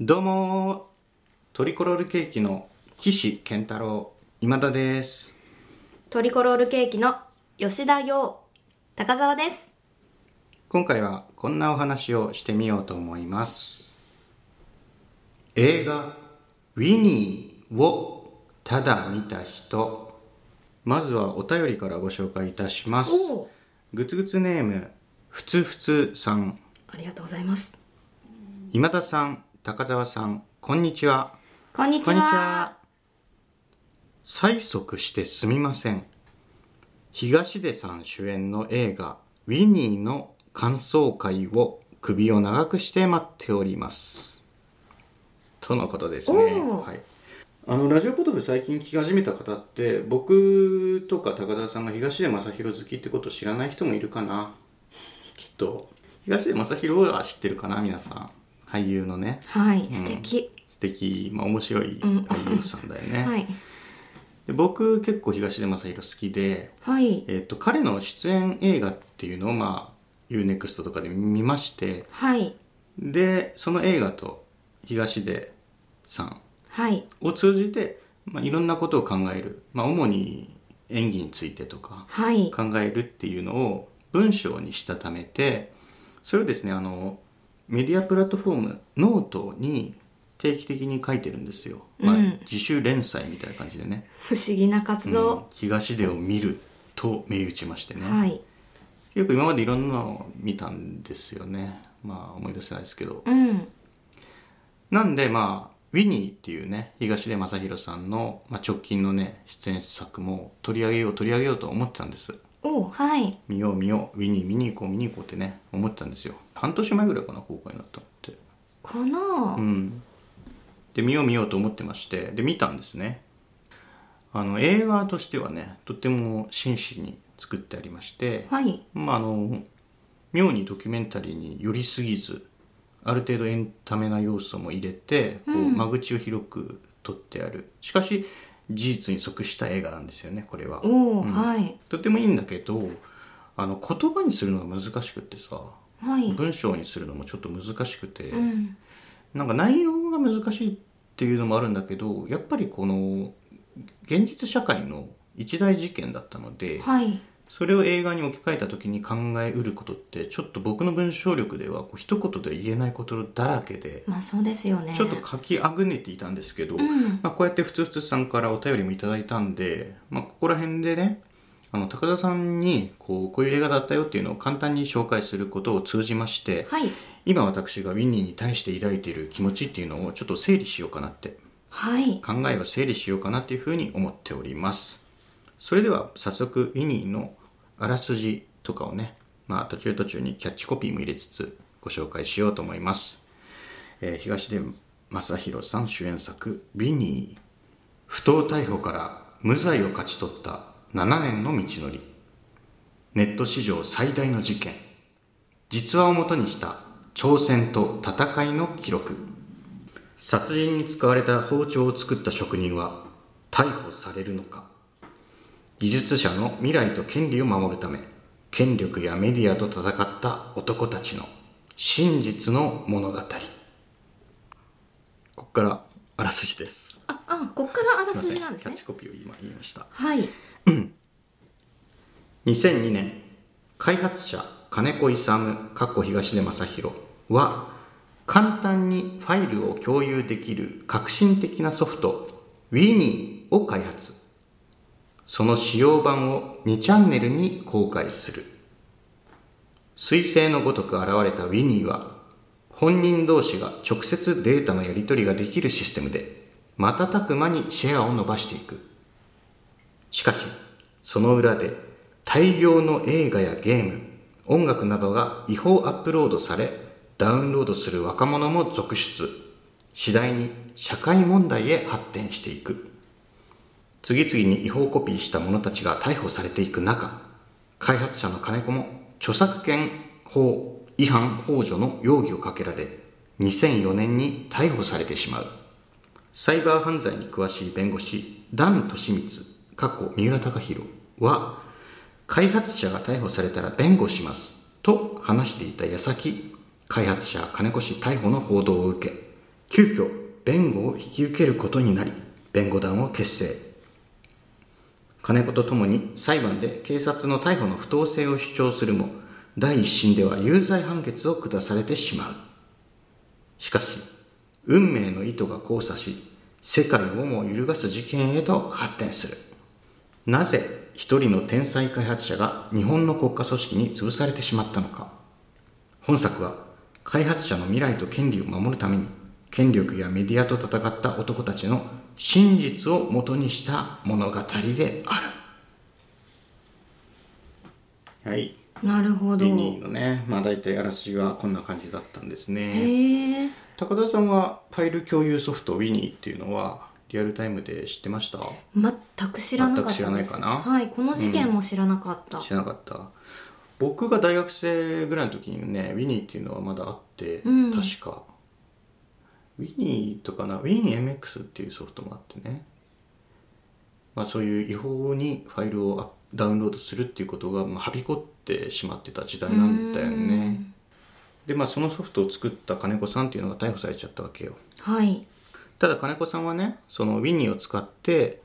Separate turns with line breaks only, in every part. どうもトリコロールケーキの岸健太郎今田です
トリコロールケーキの吉田洋高澤です
今回はこんなお話をしてみようと思います映画「ウィニー」をただ見た人まずはお便りからご紹介いたします
おお
グツグツネームふつふつさん
ありがとうございます
今田さん高澤さんこんにちは
こんにちは
こんにちは催促してすみません東出さん主演の映画「ウィニー」の感想会を首を長くして待っておりますとのことですね、
おー
はい、あのラジオポトフ最近聞き始めた方って僕とか高田さんが東出昌大好きってことを知らない人もいるかなきっと東出昌大は知ってるかな皆さん俳優のね
はい素敵、
素敵まあ面白い俳優さんだよね、
はい
で僕結構東出昌大好きで、
はい
えっと彼の出演映画っていうのをまあ UNEXT とかで見まして
はい
でその映画と東出さん
はい
を通じて、まあ、いろんなことを考える、まあ、主に演技についてとか
はい
考えるっていうのを文章にしたためてそれをですねあのメディアプラットフォームノートに定期的に書いてるんですよ、まあ
うん
自主連載みたいな感じでね
不思議な活
うん
動、
東出を見ると銘打ちましてね、
はい
結構今までいろんなのを見たんですよねまあ思い出せないですけど
うん
なんでまあウィニーっていうね東出昌大さんの、まあ、直近のね出演作も取り上げよう取り上げようと思ってたんです
おうはい
見よう見ようウィニー見に行こう見に行こうってね思ってたんですよ半年前ぐらいかな公開になったのって
かなあ、
うん、で見よう見ようと思ってましてで見たんですねあの映画としてはねとっても真摯に作ってありまして、
はい
まあ、あの妙にドキュメンタリーに寄りすぎずある程度エンタメな要素も入れてこう間口を広く取ってある、しかし事実に即した映画なんですよねこれは
おお、はい
とってもいいんだけどあの言葉にするのが難しくってさ
はい
文章にするのもちょっと難しくて、
うん
なんか内容が難しいっていうのもあるんだけどやっぱりこの現実社会の一大事件だったので
はい
それを映画に置き換えた時に考えうることってちょっと僕の文章力ではこう一言では言えないことだらけで
まあそうですよね
ちょっと書きあぐねていたんですけど、
うん
まあ、こうやってふつふつさんからお便りもいただいたんで、まあ、ここら辺でねあの高田さんにこうこういう映画だったよっていうのを簡単に紹介することを通じまして、
はい
今私がウィニーに対して抱いている気持ちっていうのをちょっと整理しようかなって
はい
考えを整理しようかなっていうふうに思っておりますそれでは早速ウィニーのあらすじとかをねまあ途中途中にキャッチコピーも入れつつご紹介しようと思います、えー東出昌大さん主演作「ウィニー」不当逮捕から無罪を勝ち取った7年の道のりネット史上最大の事件実話をもとにした挑戦と戦いの記録殺人に使われた包丁を作った職人は逮捕されるのか技術者の未来と権利を守るため権力やメディアと戦った男たちの真実の物語ここからあらすじです
ああこっからあらす
い
じ
ま
な
せ
ん
んキャッ
ですね
チコピーを今言いました
はい
2002年開発者金子勇かっこ東出昌大は簡単にファイルを共有できる革新的なソフト Winnie を開発その使用版を2チャンネルに公開する彗星のごとく現れた Winnie は本人同士が直接データのやり取りができるシステムで瞬く間にシェアを伸ばしていくしかし、その裏で大量の映画やゲーム、音楽などが違法アップロードされ、ダウンロードする若者も続出。次第に社会問題へ発展していく。次々に違法コピーした者たちが逮捕されていく中、開発者の金子も著作権法違反法助の容疑をかけられ、2004年に逮捕されてしまう。サイバー犯罪に詳しい弁護士、ダン・トシミツ、過去三浦貴弘は、開発者が逮捕されたら弁護しますと話していた矢先、開発者金子氏逮捕の報道を受け、急遽弁護を引き受けることになり弁護団を結成金子とともに裁判で警察の逮捕の不当性を主張するも第一審では有罪判決を下されてしまうしかし運命の意図が交差し世界をも揺るがす事件へと発展するなぜ一人の天才開発者が日本の国家組織に潰されてしまったのか本作は開発者の未来と権利を守るために権力やメディアと戦った男たちの真実を元にした物語であるはい
なるほど
リニーのねまあ大体あらすじはこんな感じだったんですね
へえ
高田さんはファイル共有ソフトウィニーっていうのはリアルタイムで知ってました
全く知らなかったで
全く
す
知らないかな
はいこの事件も知らなかった、
知らなかった僕が大学生ぐらいの時にねウィニーっていうのはまだあって、
うん
確かウィニーとかなウィニー MX っていうソフトもあってねまあそういう違法にファイルをアダウンロードするっていうことが、まあ、はびこってしまってた時代なんだよねでまあそのソフトを作った金子さんっていうのが逮捕されちゃったわけよ
はい
ただ金子さんはねそのウィニーを使って、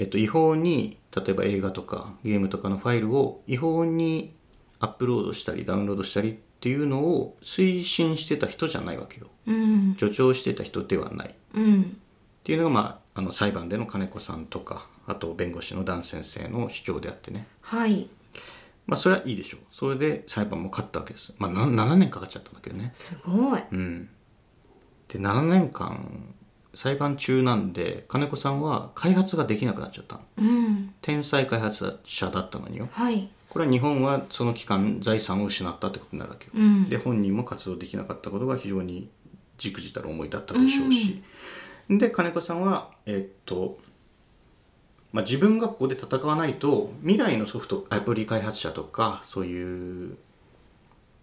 えっと、違法に例えば映画とかゲームとかのファイルを違法にアップロードしたりダウンロードしたりっていうのを推進してた人じゃないわけよ
うん
助長してた人ではないっ
うん
ていうのが、まあ、あの裁判での金子さんとかあと弁護士のダン先生の主張であってね
はい
まあそれはいいでしょうそれで裁判も勝ったわけですまあな7年かかっちゃったんだけどね
すごい
うん、で7年間裁判中なんで金子さんは開発ができなくなっちゃったの
うん
天才開発者だったのによ
はい
これは日本はその期間財産を失ったってことになるわけよ、
うん
で本人も活動できなかったことが非常にじくじたる思いだったでしょうし、で金子さんはえっとまあ、自分がここで戦わないと未来のソフトアプリ開発者とかそういう、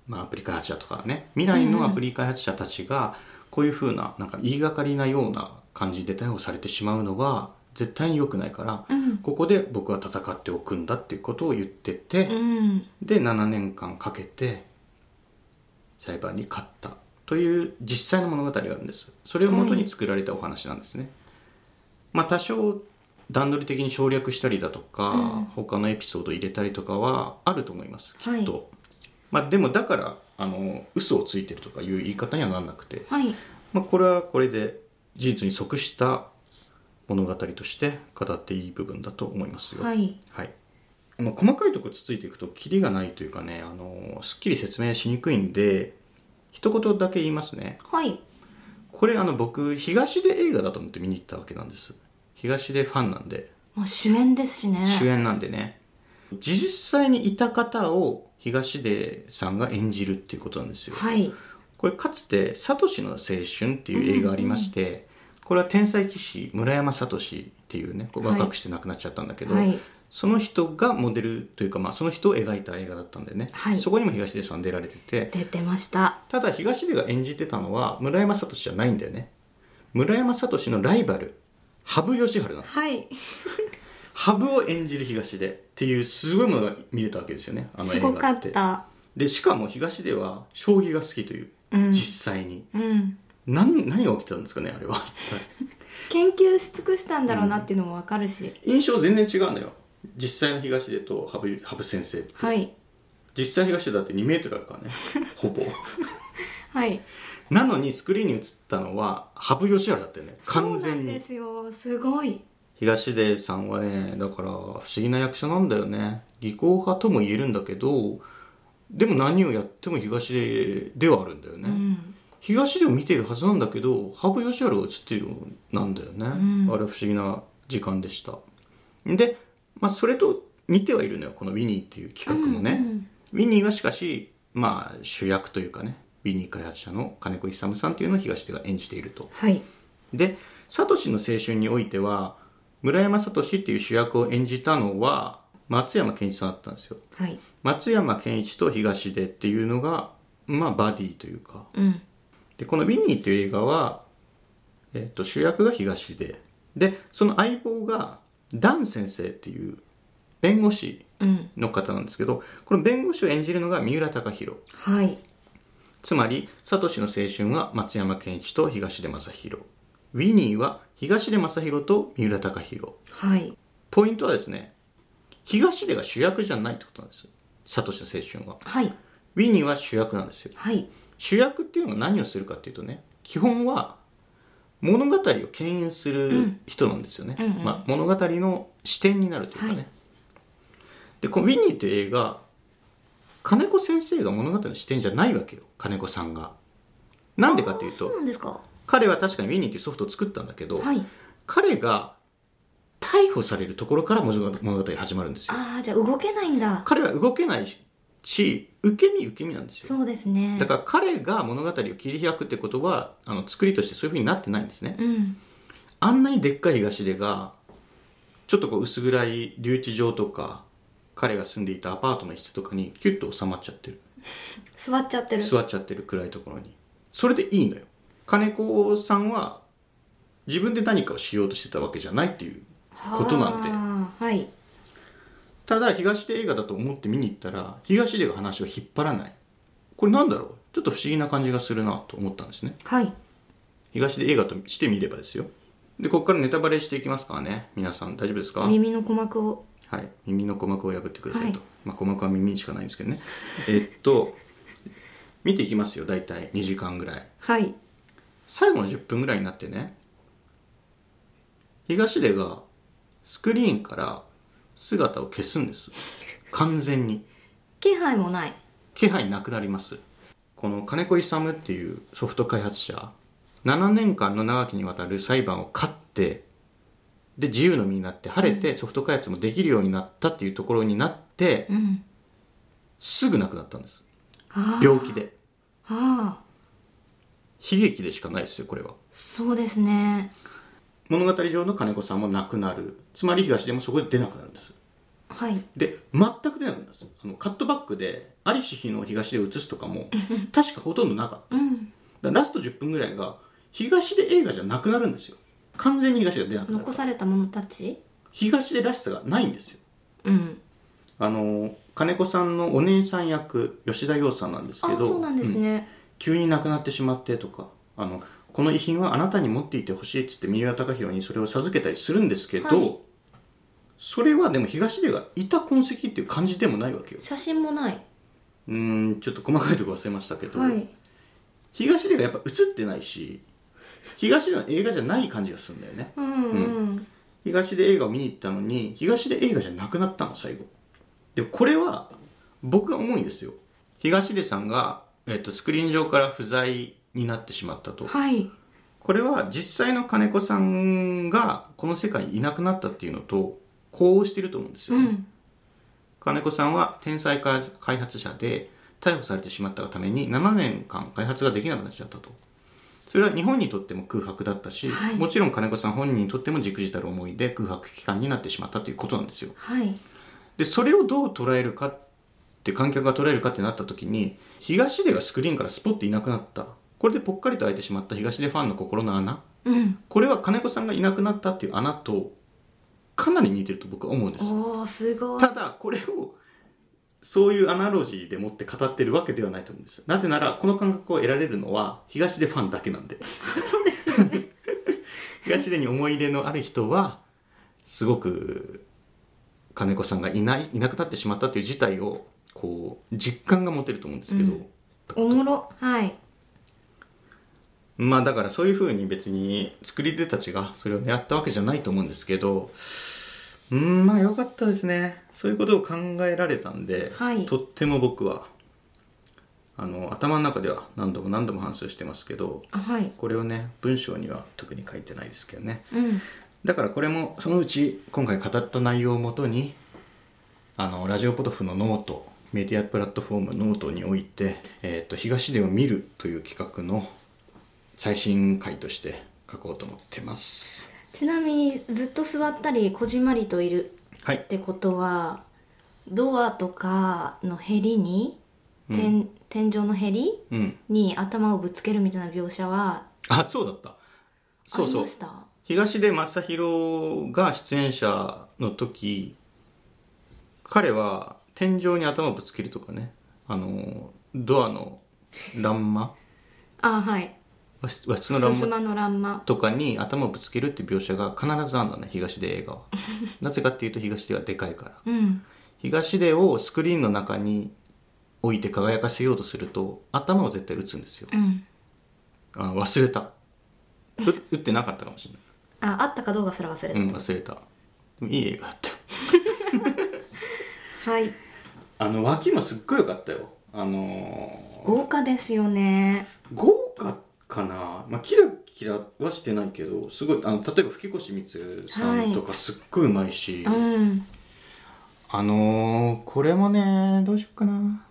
まあ、アプリ開発者とかね未来のアプリ開発者たちがこういうふうななんか言いがかりなような感じで逮捕されてしまうのは絶対に良くないから、
うん
ここで僕は戦っておくんだっていうことを言ってて、
うん
で7年間かけて裁判に勝ったという実際の物語があるんですそれを元に作られたお話なんですね、まあ多少段取り的に省略したりだとか、
うん
他のエピソード入れたりとかはあると思いますき
はい
っと、まあでもだからあの嘘をついてるとかいう言い方にはならなくて、
はい
まあ、これはこれで事実に即した物語として語っていい部分だと思いますよ
はい
はい、あの細かいとこつついていくとキリがないというかねあのすっきり説明しにくいんで一言だけ言いますね
はい
これあの僕東で映画だと思って見に行ったわけなんです東でファンなんで
まあ主演ですしね
主演なんでね実際にいた方を東出さんが演じるっていうことなんですよ
はい
これかつて「サトシの青春」っていう映画ありまして、これは天才棋士村山聡っていうねこう
はい
若くして亡くなっちゃったんだけど、
はい
その人がモデルというか、まあ、その人を描いた映画だったんでね、
はい
そこにも東出さん出られてて
出てました
ただ東出が演じてたのは村山聡じゃないんだよね村山聡のライバル羽生善治なの
はい
羽生を演じる東出っていうすごいものが見れたわけですよねあの
す
映画
ご
って
かった
でしかも東出は将棋が好きという、
うん
実際に
うん
何何が起きてたんですかねあれは一体
研究し尽くしたんだろうなっていうのもわかるし、
印象全然違うのよ実際の東出と羽生羽生先生って
はい
実際の東出だって2メートルある からねほぼ
はい
なのにスクリーンに映ったのは羽生善治だったよね完
そうな
全
んで
に
すよすごい
東出さんはねだから不思議な役者なんだよね技巧派とも言えるんだけどでも何をやっても東出ではあるんだよね、
うん
東出を見てるはずなんだけど羽生善治が映ってるようなんだよね、
ん
あれは不思議な時間でしたで、まあ、それと似てはいるのよこの「ウィニー」っていう企画もね、
うん
ウィニーはしかし、まあ、主役というかねウィニー開発者の金子勇さんというのを東出が演じていると
はい
で「サトシの青春」においては村山聡っていう主役を演じたのは松山ケンイチさんだったんですよ
はい
松山ケンイチと東出っていうのがまあバディというか
うん
でこの「ウィニー」という映画は、えっと主役が東出でその相棒がダン先生っていう弁護士
うん
の方なんですけどこの弁護士を演じるのが三浦貴大
はい
つまり、サトシの青春は松山ケンイチと東出昌大。ウィニーは東出昌大と三浦貴大。
はい。
ポイントはですね、東出が主役じゃないってことなんです。サトシの青春は。
はい。
ウィニーは主役なんですよ。
はい。
主役っていうのが何をするかっていうとね基本は物語を牽引する人なんですよね、まあ、物語の視点になるというかね、
はい
でこの「ウィニー」という映画金子先生が物語の視点じゃないわけよ金子さんがなんでかっていう
そう
と
なんですか。
彼は確かに「ウィニー」というソフトを作ったんだけど、
はい。
彼が逮捕されるところから物語物語が始まるんですよ
ああ、じゃあ動けないんだ。
彼は動けないし受け身受け身なんですよ
そうですね。
だから彼が物語を切り開くってことはあの作りとしてそういう風になってないんですね、
うん。
あんなにでっかい東出がちょっとこう薄暗い留置場とか彼が住んでいたアパートの一室とかにキュッと収まっちゃってる
座っちゃってる。
座っちゃってる暗いところにそれでいいのよ金子さんは自分で何かをしようとしてたわけじゃないっていうことなんで
はあはい。
ただ東出映画だと思って見に行ったら東出が話を引っ張らないこれなんだろうちょっと不思議な感じがするなと思ったんですね
はい。
東で映画として見ればですよでここからネタバレしていきますからね皆さん大丈夫ですか
耳の鼓膜を。
はい、耳の鼓膜を破ってくださいと、
はい
まあ、鼓膜は耳にしかないんですけどねえっと見ていきますよ大体2時間ぐらい
はい。
最後の10分ぐらいになってね東出がスクリーンから姿を消すんです完全に
気配もない。
気配なくなりますこの金子勇っていうソフト開発者7年間の長きにわたる裁判を勝ってで自由の身になって晴れてソフト開発もできるようになったっていうところになって
うん。
すぐ亡くなったんです
ああ。
病気で
ああ。
悲劇でしかないですよこれは
そうですね。
物語上の金子さんも亡くなるつまり東でもそこで出なくなるんです
はい。
で全く出なくなるんですあのカットバックで在りし日の東で映すとかも確かほとんどなかった
うん。
だからラスト10分ぐらいが東で映画じゃなくなるんですよ完全に東が出なくなる
残された者たち。
東でらしさがないんですよ
うん。
あの金子さんのお姉さん役吉田羊さんなんですけ
あ
ど
あ、そうなんです
うん
ね。
急に亡くなってしまってとかあのこの遺品はあなたに持っていてほしいっつって三浦貴大にそれを授けたりするんですけど、
はい
それはでも東出がいた痕跡っていう感じでもないわけよ
写真もない。
うーんちょっと細かいとこ忘れましたけど、
はい。
東出がやっぱ映ってないし東出の映画じゃない感じがするんだよね
うんうん。
東で映画を見に行ったのに東で映画じゃなくなったの最後でもこれは僕が思うんですよ東出さんが、えっとスクリーン上から不在になってしまったと
はい。
これは実際の金子さんがこの世界にいなくなったっていうのと呼応してると思うんですよ
う
ね、
ん。
金子さんは天才開発開発者で逮捕されてしまったがために7年間開発ができなくなっちゃったとそれは日本にとっても空白だったし、
はい
もちろん金子さん本人にとってもじくじたる思いで空白期間になってしまったということなんですよ
はい。
でそれをどう捉えるかって観客が捉えるかってなった時に東出がスクリーンからスポッていなくなったこれでぽっかりと開いてしまった東出ファンの心の穴
うん。
これは金子さんがいなくなったっていう穴とかなり似てると僕は思うんです
おお、すごい。
ただこれをそういうアナロジーでもって語ってるわけではないと思うんですなぜならこの感覚を得られるのは東出ファンだけなんで 東出に思い入れのある人はすごく金子さんがいないいなくなってしまったという事態をこう実感が持てると思うんですけど、
うんおもろ。はい。
まあだからそういうふうに別に作り手たちがそれを狙ったわけじゃないと思うんですけどうんまあ良かったですねそういうことを考えられたんで、
はい
とっても僕はあの頭の中では何度も何度も反省してますけど
あはい。
これをね文章には特に書いてないですけどね
うん。
だからこれもそのうち今回語った内容をもとにあのラジオポトフのノートメディアプラットフォームノートにおいて、えー、と東出を見るという企画の最新回として書こうと思ってます
ちなみにずっと座ったりこじんまりといる
はい
ってことはドアとかのへりに、天天井のへり
うん
に頭をぶつけるみたいな描写は
あそうだった
あ
そう
り
そう
ました
東出昌大が出演者の時彼は天井に頭をぶつけるとかねあのドアの欄間
あはい
和室和室の
ふ
欄
す
間
まの欄間
とかに頭をぶつけるっていう描写が必ずあるんだね東出映画は なぜかっていうと東出はでかいから
うん
東出をスクリーンの中に置いて輝かせようとすると頭を絶対打つんですよ
うん
あ忘れたう打ってなかったかもしれない
ああったかどうかすら忘れた、
うん忘れたでもいい映画だった
はい
あの脇もすっごい良かったよあの
豪華ですよね
ー豪華かな、まあ、キラキラはしてないけどすごいあの例えば吹越光さんとかすっごいうまいし、
うん
あのーこれもねどうしようかな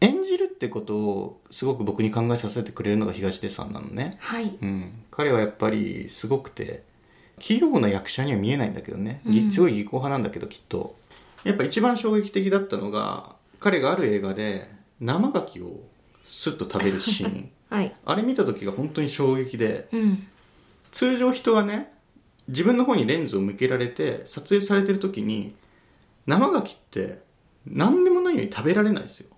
演じるってことをすごく僕に考えさせてくれるのが東出さんなのね、
はい
うん、彼はやっぱりすごくて器用な役者には見えないんだけどね、ぎ
うん
すごい技巧派なんだけどきっとやっぱ一番衝撃的だったのが彼がある映画で生牡蠣をスッと食べるシー ン
はい
あれ見た時が本当に衝撃で
うん
通常人はね自分の方にレンズを向けられて撮影されてる時に生牡蠣って何でもないように食べられないですよ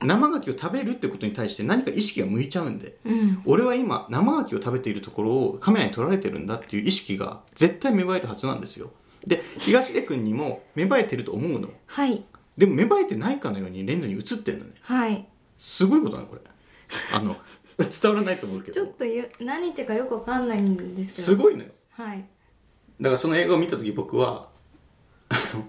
生牡蠣を食べるってことに対して何か意識が向いちゃうんで
うん
俺は今生牡蠣を食べているところをカメラに撮られてるんだっていう意識が絶対芽生えるはずなんですよで東出君にも芽生えてると思うの
はい
でも芽生えてないかのようにレンズに映ってるのね
はい
すごいことなのこれあの伝わらないと思うけ
ちょっ
ど
とゆ何言ってるかよくわかんないんです
す
けど
ごいのよ
はい
だからその映画を見た時僕はあの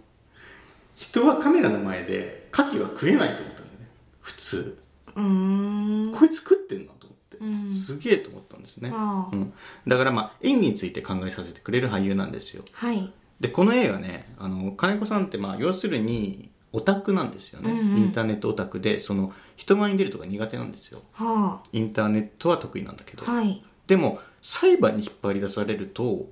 人はカメラの前で牡蠣は食えないと思ったんだよね普通
うーん
こいつ食ってんなと思って、
うん
すげえと思ったんですね、
ああ
うん、だからまあ演技について考えさせてくれる俳優なんですよ
はい
でこの映画ねあの金子さんってまあ要するにオタクなんですよね、
うんうん
インターネットオタクでその人前に出るとか苦手なんですよ
は
インターネットは得意なんだけど
あはい
でも裁判に引っ張り出されると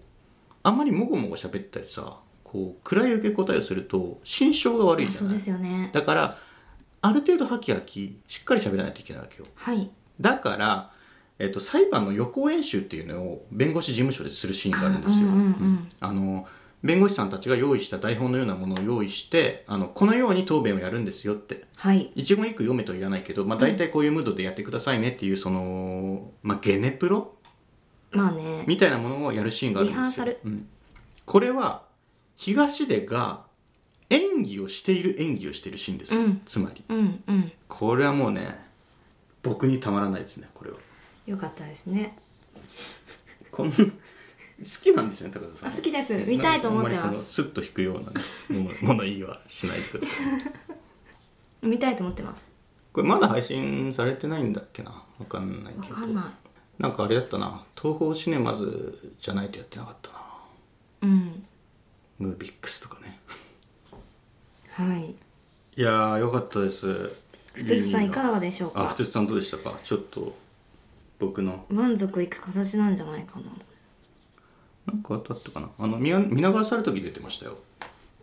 あんまりもごもご喋ったりさこう暗い受け答えをすると心象が悪い
あ
じゃ
そう
な
で
い
すよね
だからある程度ハキハキしっかり喋らないといけないわけよ
はい
だから、えっと裁判の予行演習っていうのを弁護士事務所でするシーンがあるんですよ、
あうんうんうん
あの弁護士さんたちが用意した台本のようなものを用意してあのこのように答弁をやるんですよって
はい
一言一句読めとは言わないけど、まあ、大体こういうムードでやってくださいねっていうその、まあ、ゲネプロ
まあね
みたいなものをやるシーンがあるんですよ
リハーサル
うん、これは東出が演技をしている演技をしているシーンです、
うん
つまり
うんうん
これはもうね僕にたまらないですねこれは
よかったですね
こん好きなんですよね高田さ
あ
ん
好きです見たいと思って
なんかあんまりそ
ま
の
す
スッと引くような、ね、もの 物言いはしないでください
見たいと思ってます
これまだ配信されてないんだっけなわかんない
わ
けど
かんない
なんかあれだったな東宝シネマズじゃないとやってなかったな
うん
ムービックスとかね
はい
いやーよかったです
ふつふさんい
が
かがでしょう
あ、
か
ふつつさんどうでしたかちょっと僕の
満足いく形なんじゃないかな
なんかあったかなあの宮皆川さる時出てましたよ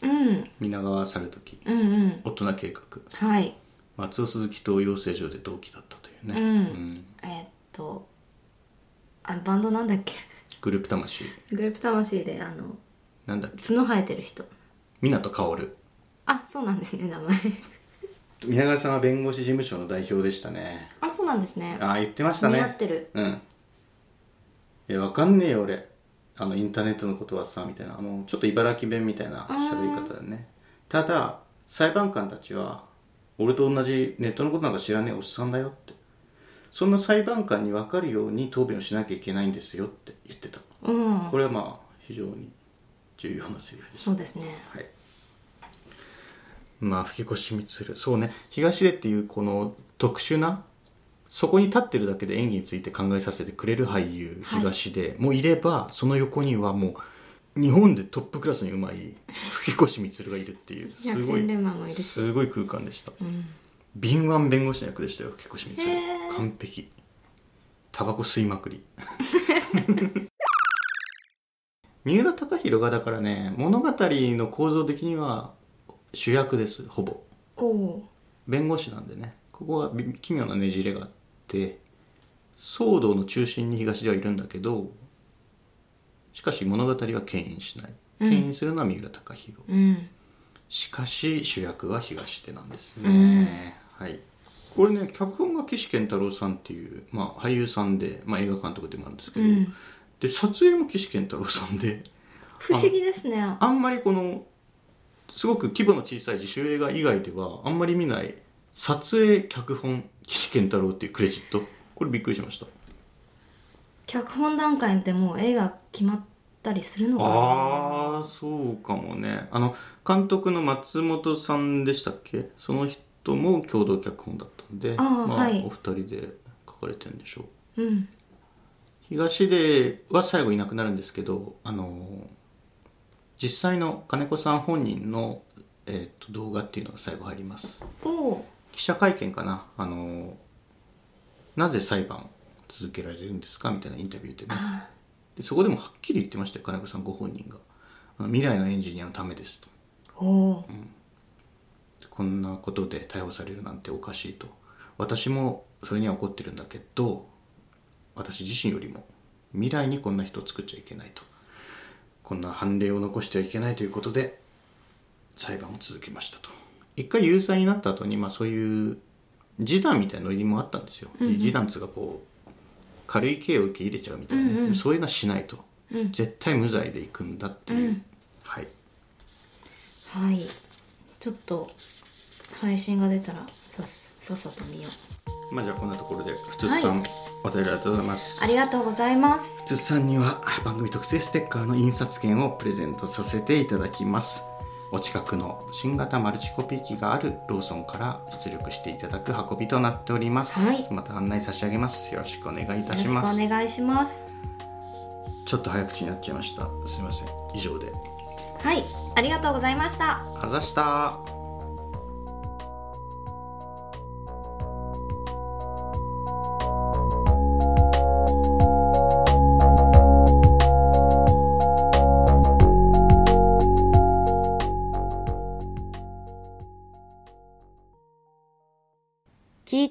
うん
皆川さる時
うんうん
大人計画
はい
松尾鈴木と養成所で同期だったというね、
うん
ん
えーっとあバンドなんだっけ
グループ魂
グループ魂であの
なんだっけ
角生えてる人
湊薫
あそうなんですね名前
皆川さんは弁護士事務所の代表でしたね
あそうなんですね
ああ言ってましたね
似合ってる
うんえわかんねえよ俺あのインターネットのことはさみたいなあのちょっと茨城弁みたいな喋り方だねただ裁判官たちは俺と同じネットのことなんか知らねえおっさんだよってそんな裁判官に分かるように答弁をしなきゃいけないんですよって言ってた
うん
これはまあ非常に重要なセリフです
そうですね
はい、まあ吹越光そうね東出っていうこの特殊なそこに立ってるだけで演技について考えさせてくれる俳優
はい
東出、もういればその横にはもう日本でトップクラスにうまい吹越光がいるっていうす
百
ごい
戦錬磨もいるし
すごい空間でした
うん
敏腕弁護士の役でしたよ吹越光
へー
完璧タバコ吸いま くり三浦貴大がだからね物語の構造的には主役ですほぼ
おお
弁護士なんでねここはび奇妙なねじれがあって騒動の中心に東ではいるんだけどしかし物語は牽引しない
うん
牽引するのは三浦貴大、
うん
しかし主役は東手なんですね、はいこれね脚本が岸健太郎さんっていう、まあ、俳優さんで、まあ、映画監督でもあるんですけ
う
ど、
ん、
で撮影も岸健太郎さんで
不思議ですね
あんまりこのすごく規模の小さい自主映画以外ではあんまり見ない撮影脚本岸健太郎っていうクレジットこれびっくりしました
脚本段階でもう絵が決まったりするのか
ああそうかもねあの監督の松本さんでしたっけその人も共同脚本だったんで
あー
まあ
はい
お二人で書かれてるんでしょう
なうん
東出は最後いなくなるんですけどあの実際の金子さん本人の、えー、と動画っていうのが最後入ります
おお
記者会見かなあのなぜ裁判続けられるんですかみたいなインタビューでねでそこでもはっきり言ってましたよ金子さんご本人があの未来のエンジニアのためですと
おお
こんなことで逮捕されるなんておかしいと私もそれには怒ってるんだけど私自身よりも未来にこんな人を作っちゃいけないとこんな判例を残してはいけないということで裁判を続けましたと一回有罪になった後にまあそういう示談みたいなの入りもあったんですよ、じ示談っつうかこう軽い刑を受け入れちゃうみたいなね、
うんうん
そういうのはしないと、
うん
絶対無罪でいくんだっていう、
うん
はい
はいちょっと配信が出たらさっさっさと見よう
まあじゃあこんなところでふつさん、お便りありがとうございます
ありがとうございます
つつさんには番組特製ステッカーの印刷券をプレゼントさせていただきますお近くの新型マルチコピー機があるローソンから出力していただく運びとなっております、
はい
また案内差し上げますよろしくお願いいたし
よろ
ま
し
す
くお願いします
ちょっと早口になっちゃいましたすいません以上で
はいありがとうございました
あざした
聞い